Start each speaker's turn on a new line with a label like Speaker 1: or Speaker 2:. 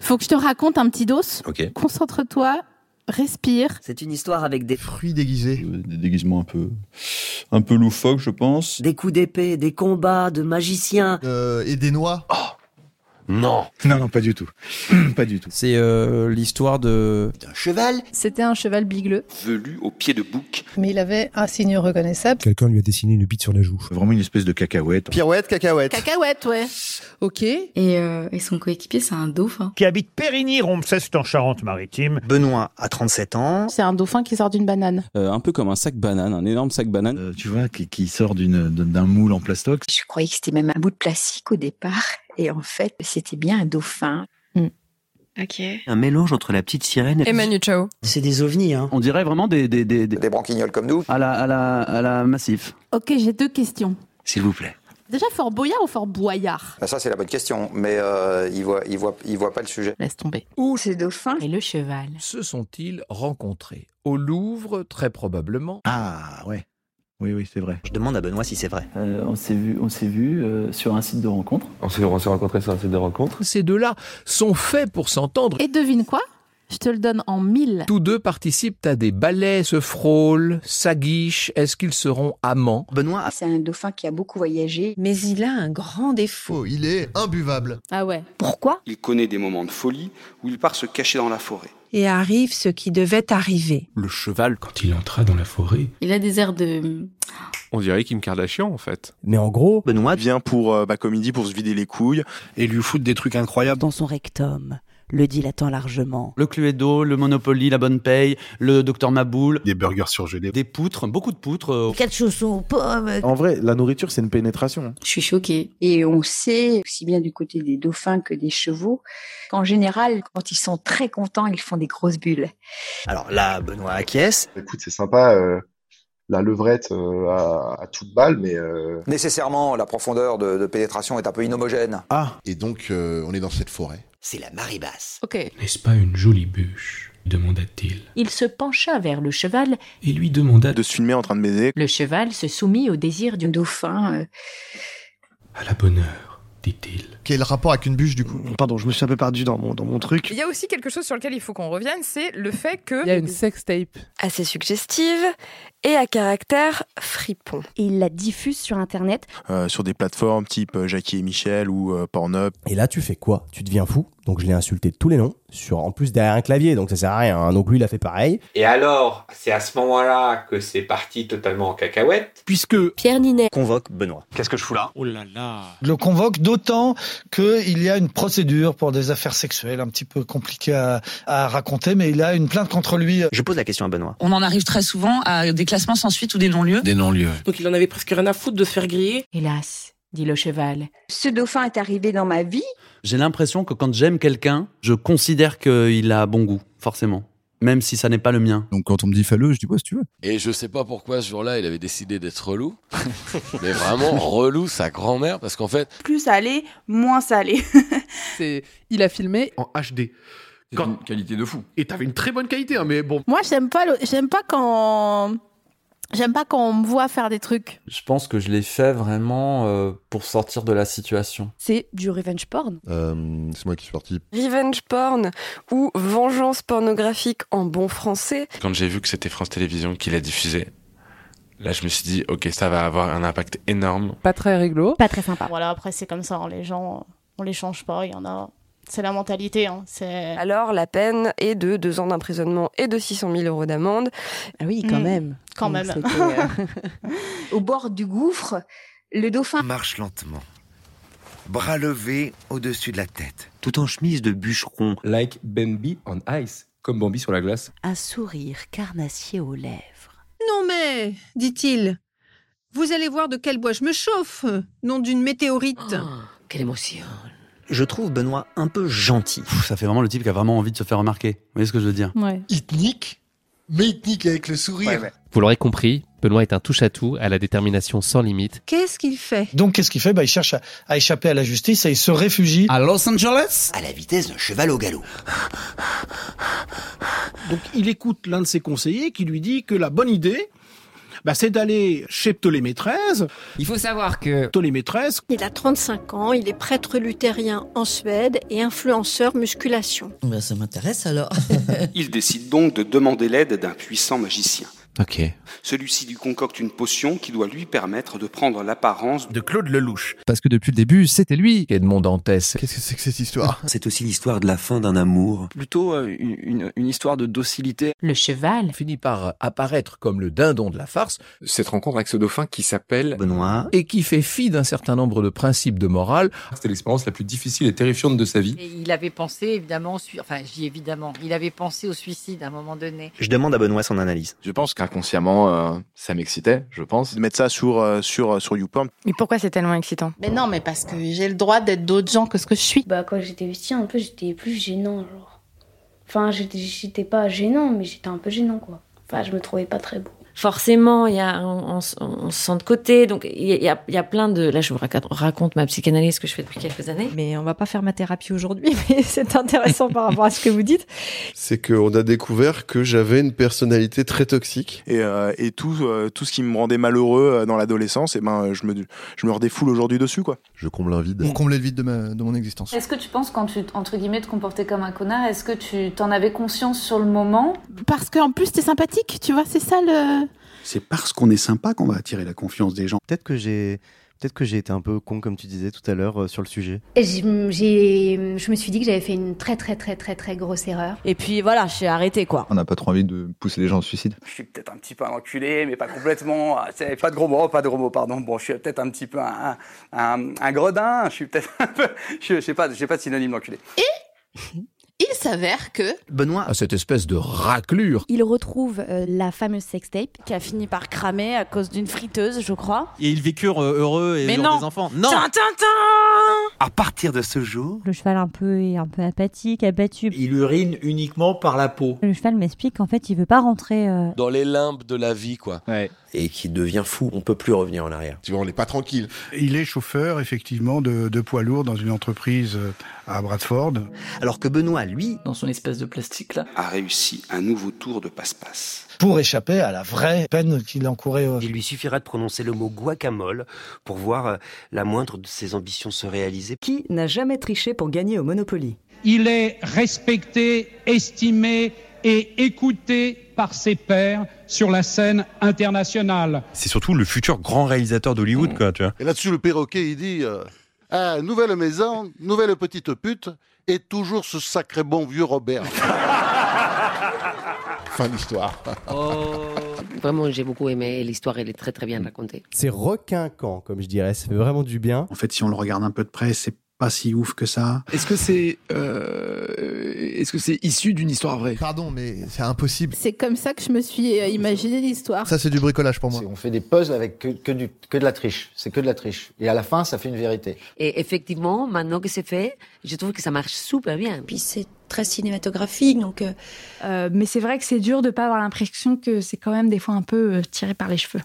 Speaker 1: Faut que je te raconte un petit dos.
Speaker 2: Ok.
Speaker 1: Concentre-toi, respire.
Speaker 3: C'est une histoire avec des
Speaker 4: Fruits déguisés.
Speaker 5: Euh, Des déguisements un peu, un peu loufoques, je pense.
Speaker 3: des coups d'épée, des combats de magiciens.
Speaker 4: euh, et des noix.
Speaker 2: Non.
Speaker 6: Non, non, pas du tout. pas du tout.
Speaker 7: C'est euh, l'histoire de.
Speaker 8: d'un cheval,
Speaker 9: C'était un cheval bigleux,
Speaker 10: Velu au pied de bouc.
Speaker 9: mais il avait un signe reconnaissable.
Speaker 11: Quelqu'un lui a dessiné une bite sur la joue.
Speaker 6: Vraiment une espèce de cacahuète.
Speaker 4: Pirouette, cacahuète.
Speaker 1: Cacahuète, ouais.
Speaker 9: Ok.
Speaker 8: Et, euh, et son coéquipier, c'est un dauphin.
Speaker 12: qui habite Périgny-Rompsest en Charente-Maritime.
Speaker 8: Benoît a 37 ans.
Speaker 1: C'est un dauphin qui sort d'une banane.
Speaker 7: euh, un peu comme un sac banane, un énorme sac banane.
Speaker 6: Euh, tu vois, qui, qui sort d'une- d'un moule en plastoc.
Speaker 9: Je croyais que c'était même un bout de plastique au départ, et en fait, c'était bien un dauphin.
Speaker 8: Ok.
Speaker 3: Un mélange entre la petite sirène et...
Speaker 9: Manu Chao.
Speaker 3: C'est des ovnis, hein.
Speaker 5: On dirait vraiment des, des, des,
Speaker 10: Des branquignoles comme nous.
Speaker 5: à la, à la, à la massif.
Speaker 1: Ok, j'ai deux questions.
Speaker 6: S'il vous plaît.
Speaker 1: Déjà, Fort Boyard ou Fort Boyard
Speaker 10: Ah, ça, c'est la bonne question, mais euh, il voit, il voit, il voit pas le sujet.
Speaker 9: Laisse tomber.
Speaker 8: Ou ce dauphin.
Speaker 9: Et le cheval.
Speaker 13: Se sont-ils rencontrés Au Louvre, très probablement.
Speaker 6: Ah, ouais. Oui, oui, c'est vrai.
Speaker 3: Je demande à Benoît si c'est vrai.
Speaker 7: Euh,
Speaker 5: on s'est vu, on s'est vu sur un site de rencontre.
Speaker 2: On s'est rencontrés sur un site de rencontre.
Speaker 13: Ces deux-là sont faits pour s'entendre.
Speaker 1: Et devine quoi Je te le donne en mille.
Speaker 13: Tous deux participent à des ballets, se frôlent, s'aguichent. Est-ce qu'ils seront amants
Speaker 6: Benoît a-
Speaker 8: C'est un dauphin qui a beaucoup voyagé.
Speaker 9: Mais il a un grand défaut.
Speaker 4: Faux, il est imbuvable.
Speaker 1: Ah ouais.
Speaker 8: Pourquoi
Speaker 10: Il connaît des moments de folie où il part se cacher dans la forêt.
Speaker 9: Et arrive ce qui devait arriver.
Speaker 13: Le cheval, quand
Speaker 8: Il a des airs de.
Speaker 2: On dirait Kim Kardashian en fait.
Speaker 7: Mais en gros,
Speaker 3: Benoît
Speaker 6: vient pour euh, bah, Comedy pour se vider les couilles et lui foutre des trucs incroyables.
Speaker 9: Dans son rectum, le dilatant largement.
Speaker 5: Le Cluedo, le Monopoly, la bonne paye, le Docteur Maboule,
Speaker 6: Des burgers surgelés.
Speaker 5: des poutres, beaucoup de poutres. euh,
Speaker 9: Quatre chaussons aux pommes.
Speaker 11: En vrai, la nourriture, c'est une pénétration.
Speaker 8: Je suis choquée. Et on sait, aussi bien du côté des dauphins que des chevaux, qu'en général, quand ils sont très contents, ils font des grosses bulles.
Speaker 3: Alors là, Benoît acquiesce.
Speaker 11: Écoute, c'est sympa, euh, la levrette euh, à, toute balle, mais... euh,
Speaker 10: Nécessairement, la profondeur de, de pénétration est un peu inhomogène.
Speaker 4: Ah,
Speaker 11: Et donc, euh, on est dans cette forêt.
Speaker 3: C'est la marée basse.
Speaker 1: Ok.
Speaker 13: N'est-ce pas une jolie bûche demanda-t-il.
Speaker 9: Il se pencha vers le cheval.
Speaker 13: Et lui demanda
Speaker 6: se filmer en train de baiser.
Speaker 9: Le cheval se soumit au désir
Speaker 8: Du dauphin, euh,
Speaker 13: À la bonne heure, dit-il.
Speaker 4: quel rapport avec une bûche du coup
Speaker 3: Pardon, je me suis un peu perdu dans mon, dans mon truc.
Speaker 9: Il y a aussi quelque chose sur lequel il faut qu'on revienne, c'est le fait que.
Speaker 13: Il y a une sextape.
Speaker 8: assez suggestive et à caractère fripon.
Speaker 9: il la diffuse sur Internet.
Speaker 6: sur des plateformes type euh, Jackie et Michel ou euh, Pornhub.
Speaker 11: Et là, tu fais quoi Tu deviens fou. Donc, je l'ai insulté de tous les noms, sur, en plus derrière un clavier, donc ça sert à rien. hein. Donc, lui, il a fait pareil.
Speaker 10: Et alors, c'est à ce moment-là que c'est parti totalement en cacahuète.
Speaker 6: Puisque
Speaker 8: Pierre Ninet.
Speaker 3: Convoque Benoît.
Speaker 6: qu'est-ce que je fous là
Speaker 5: Oh là là
Speaker 7: le convoque d'autant qu'il y a une procédure pour des affaires sexuelles un petit peu compliquée à, raconter, mais il a une plainte contre lui.
Speaker 3: Je pose la question à Benoît.
Speaker 9: On en arrive très souvent à des classements sans suite ou des non-lieux.
Speaker 13: Des non-lieux.
Speaker 9: Donc il en avait presque rien à foutre de se faire griller. Hélas, dit le cheval.
Speaker 8: Ce dauphin est arrivé dans ma vie.
Speaker 5: J'ai l'impression que quand j'aime quelqu'un, je considère qu'il a bon goût, forcément. Même si ça n'est pas le mien.
Speaker 6: Donc quand on me dit fais-le, je dis ouais si tu veux.
Speaker 13: Et je sais pas pourquoi ce jour-là, il avait décidé d'être relou. mais vraiment relou, sa grand-mère, parce qu'en fait.
Speaker 8: Plus salé, moins salé.
Speaker 9: Il a filmé.
Speaker 13: En HD.
Speaker 2: C'est une qualité de fou.
Speaker 13: Et t'avais une très bonne qualité, hein, mais bon.
Speaker 1: Moi, j'aime pas, le- j'aime pas quand. J'aime pas quand on me voit faire des trucs.
Speaker 5: Je pense que je l'ai fait vraiment pour sortir de la situation.
Speaker 9: C'est du revenge porn.
Speaker 11: c'est moi qui suis parti.
Speaker 8: Revenge porn ou vengeance pornographique en bon français.
Speaker 10: Quand j'ai vu que c'était France Télévisions qui l'a diffusé, là je me suis dit, oh. ok, ça va avoir un impact énorme.
Speaker 9: Pas très réglo.
Speaker 8: Pas très sympa.
Speaker 9: Voilà, après c'est comme ça, hein, les gens, on les change pas, il y en a. C'est la mentalité,
Speaker 14: Eh.
Speaker 9: c'est.
Speaker 8: Alors la peine est de 2 ans d'emprisonnement et de 600 000 euros d'amende.
Speaker 9: Ah oui,
Speaker 14: Hmm.
Speaker 9: quand même. Quand même.
Speaker 8: Au bord du gouffre, le dauphin
Speaker 10: Marche lentement. Bras levés au-dessus de la tête.
Speaker 3: Tout en chemise de bûcheron.
Speaker 2: Like Bambi on ice, comme Bambi sur la glace.
Speaker 9: Un sourire carnassier aux lèvres.
Speaker 8: Non mais, dit-il, vous allez voir de quel bois je me chauffe, nom d'une météorite.
Speaker 9: quelle émotion.
Speaker 3: Je trouve Benoît un peu gentil.
Speaker 5: ça fait vraiment le type qui a vraiment envie de se faire remarquer. Vous voyez ce que je veux dire
Speaker 1: Ouais.
Speaker 4: Il te nique, mais il te nique avec le sourire.
Speaker 13: Vous l'aurez compris, Benoît est un touche-à-tout à la détermination sans limite.
Speaker 8: Qu'est-ce qu'il fait
Speaker 7: Donc qu'est-ce qu'il fait bah, Il cherche à, à échapper à la justice et il se réfugie.
Speaker 5: À Los Angeles
Speaker 3: À la vitesse d'un cheval au galop.
Speaker 13: Donc il écoute l'un de ses conseillers qui lui dit que la bonne idée,
Speaker 15: bah, c'est d'aller chez Ptolémée XIII. Il faut savoir que Ptolémée XIII,
Speaker 8: Il a 35 ans, il est prêtre luthérien en Suède et influenceur musculation.
Speaker 3: Bah,
Speaker 16: ça m'intéresse alors.
Speaker 17: Il décide donc de demander l'aide d'un puissant magicien.
Speaker 18: Ok.
Speaker 17: Celui-ci lui concocte une potion qui doit lui permettre de prendre l'apparence de Claude Lelouch.
Speaker 13: Parce que depuis le début, c'était lui, Edmond Dantès. Qu'est-ce que c'est que cette histoire
Speaker 3: C'est aussi l'histoire de la fin d'un amour.
Speaker 13: Plutôt
Speaker 17: euh,
Speaker 13: une, histoire de docilité. Le cheval finit par apparaître comme le dindon de la farce
Speaker 18: Cette rencontre avec ce dauphin qui s'appelle
Speaker 3: Benoît.
Speaker 13: et qui fait fi d'un certain nombre de principes de morale.
Speaker 19: C'était l'expérience la plus difficile et terrifiante de sa vie.
Speaker 14: Et il avait pensé évidemment, au sui- enfin j'y évidemment, il avait pensé au suicide à un moment donné.
Speaker 3: Je demande à Benoît son analyse.
Speaker 20: Je pense qu'inconsciemment, euh, ça m'excitait, je pense. De mettre ça sur, euh, sur, euh, sur YouPorn.
Speaker 21: Mais pourquoi c'est tellement excitant Mais non, mais parce que j'ai le droit d'être d'autres gens que ce que je suis.
Speaker 22: Bah, quand j'étais petit, un peu, j'étais plus gênant, genre. Enfin, j'étais- j'étais pas gênant, mais j'étais un peu gênant, quoi. Enfin, je me trouvais pas très beau.
Speaker 23: Forcément, il y a, on, on s- on se sent de côté. Donc, il y, a- il y a- il y a plein de. Là, je vous raconte, raconte ma psychanalyse que je fais depuis quelques années. Mais on va pas faire ma thérapie aujourd'hui, mais c'est intéressant par rapport à ce que vous dites.
Speaker 24: C'est qu'on a découvert que j'avais une personnalité très toxique.
Speaker 20: Et, euh, et tout, euh, tout ce qui me rendait malheureux euh, dans l'adolescence, et ben, euh, je, me, je me redéfoule aujourd'hui dessus. quoi.
Speaker 24: Je comble un vide.
Speaker 25: On comblait le vide de, ma- de mon existence.
Speaker 26: Ah,
Speaker 27: Est-ce que tu penses, quand tu, entre guillemets, te comportais comme un connard, est-ce que tu t'en avais conscience sur le moment
Speaker 1: Parce qu'en plus, t'es sympathique, tu vois, c'est ça le.
Speaker 28: C'est parce qu'on est sympa qu'on va attirer la confiance des gens.
Speaker 29: Peut-être que j'ai peut-être que j'ai été un peu con comme tu disais tout à l'heure euh, sur le sujet.
Speaker 22: Et j'ai- j'ai- je me suis dit que j'avais fait une très, très, très, très, très grosse erreur.
Speaker 23: Et puis voilà, j'ai arrêté quoi.
Speaker 30: On n'a pas trop envie de pousser les gens au suicide.
Speaker 10: Je suis peut-être un petit peu un enculé, mais pas complètement. Ah, c'est- Pas de gros mots, pas de gros mots, pardon. Bon, je suis peut-être un petit peu un, un, un- un gredin. Je suis peut-être un peu. Je sais pas, j'ai pas de synonyme d'enculé.
Speaker 1: Il s'avère que.
Speaker 3: Benoît
Speaker 13: à cette espèce de raclure.
Speaker 22: Il retrouve
Speaker 23: euh,
Speaker 22: la fameuse sextape.
Speaker 23: Qui a fini par cramer à cause d'une friteuse, je crois.
Speaker 31: Et ils vécurent euh, heureux et
Speaker 23: Mais
Speaker 31: eurent
Speaker 23: non
Speaker 31: des enfants. Non
Speaker 26: À partir de ce jour,
Speaker 32: Le cheval un peu est un peu apathique, abattu.
Speaker 26: il urine uniquement par la peau.
Speaker 32: Le cheval m'explique qu'en fait, il veut pas rentrer. euh,
Speaker 33: Dans les limbes de la vie, quoi.
Speaker 3: Et qui devient fou. On peut plus revenir en arrière.
Speaker 26: Tu vois, on n'est pas tranquille.
Speaker 28: Il est chauffeur, effectivement, de, de poids lourd dans une entreprise euh, à Bradford.
Speaker 3: Alors que Benoît, lui,
Speaker 10: Dans son espèce de plastique là. A réussi un nouveau tour de passe-passe.
Speaker 34: pour échapper à la vraie peine qu'il encourait. euh.
Speaker 29: Il lui suffira de prononcer le mot guacamole pour voir euh, la moindre de ses ambitions se réaliser.
Speaker 22: Qui n'a jamais triché pour gagner au Monopoly
Speaker 10: Il est respecté, estimé et écouté par ses pairs sur la scène internationale.
Speaker 31: C'est surtout le futur grand réalisateur d'Hollywood, quoi, tu vois.
Speaker 26: Et là-dessus, le perroquet, il dit euh, Ah, nouvelle maison, nouvelle petite pute, et toujours ce sacré bon vieux Robert. fin d'histoire. Oh.
Speaker 35: Vraiment, j'ai beaucoup aimé. L'histoire, elle est très très bien racontée.
Speaker 36: C'est requinquant, comme je dirais. Ça fait vraiment du bien.
Speaker 28: En fait, si on le regarde un peu de près, c'est pas si ouf que ça.
Speaker 26: Est-ce que c'est euh, est-ce que c'est issu d'une histoire vraie Pardon, mais c'est impossible.
Speaker 1: C'est comme ça que je me suis euh, imaginé l'histoire.
Speaker 26: c'est du bricolage pour moi.
Speaker 37: On fait des puzzles avec que, que du, que de la triche. C'est que de la triche. Et à la fin, ça fait une vérité.
Speaker 22: Et effectivement, maintenant que c'est fait, je trouve que ça marche super bien.
Speaker 8: Puis c'est très cinématographique, donc euh,
Speaker 38: Euh, mais c'est vrai que c'est dur de pas avoir l'impression que c'est quand même des fois un peu euh, tiré par les cheveux.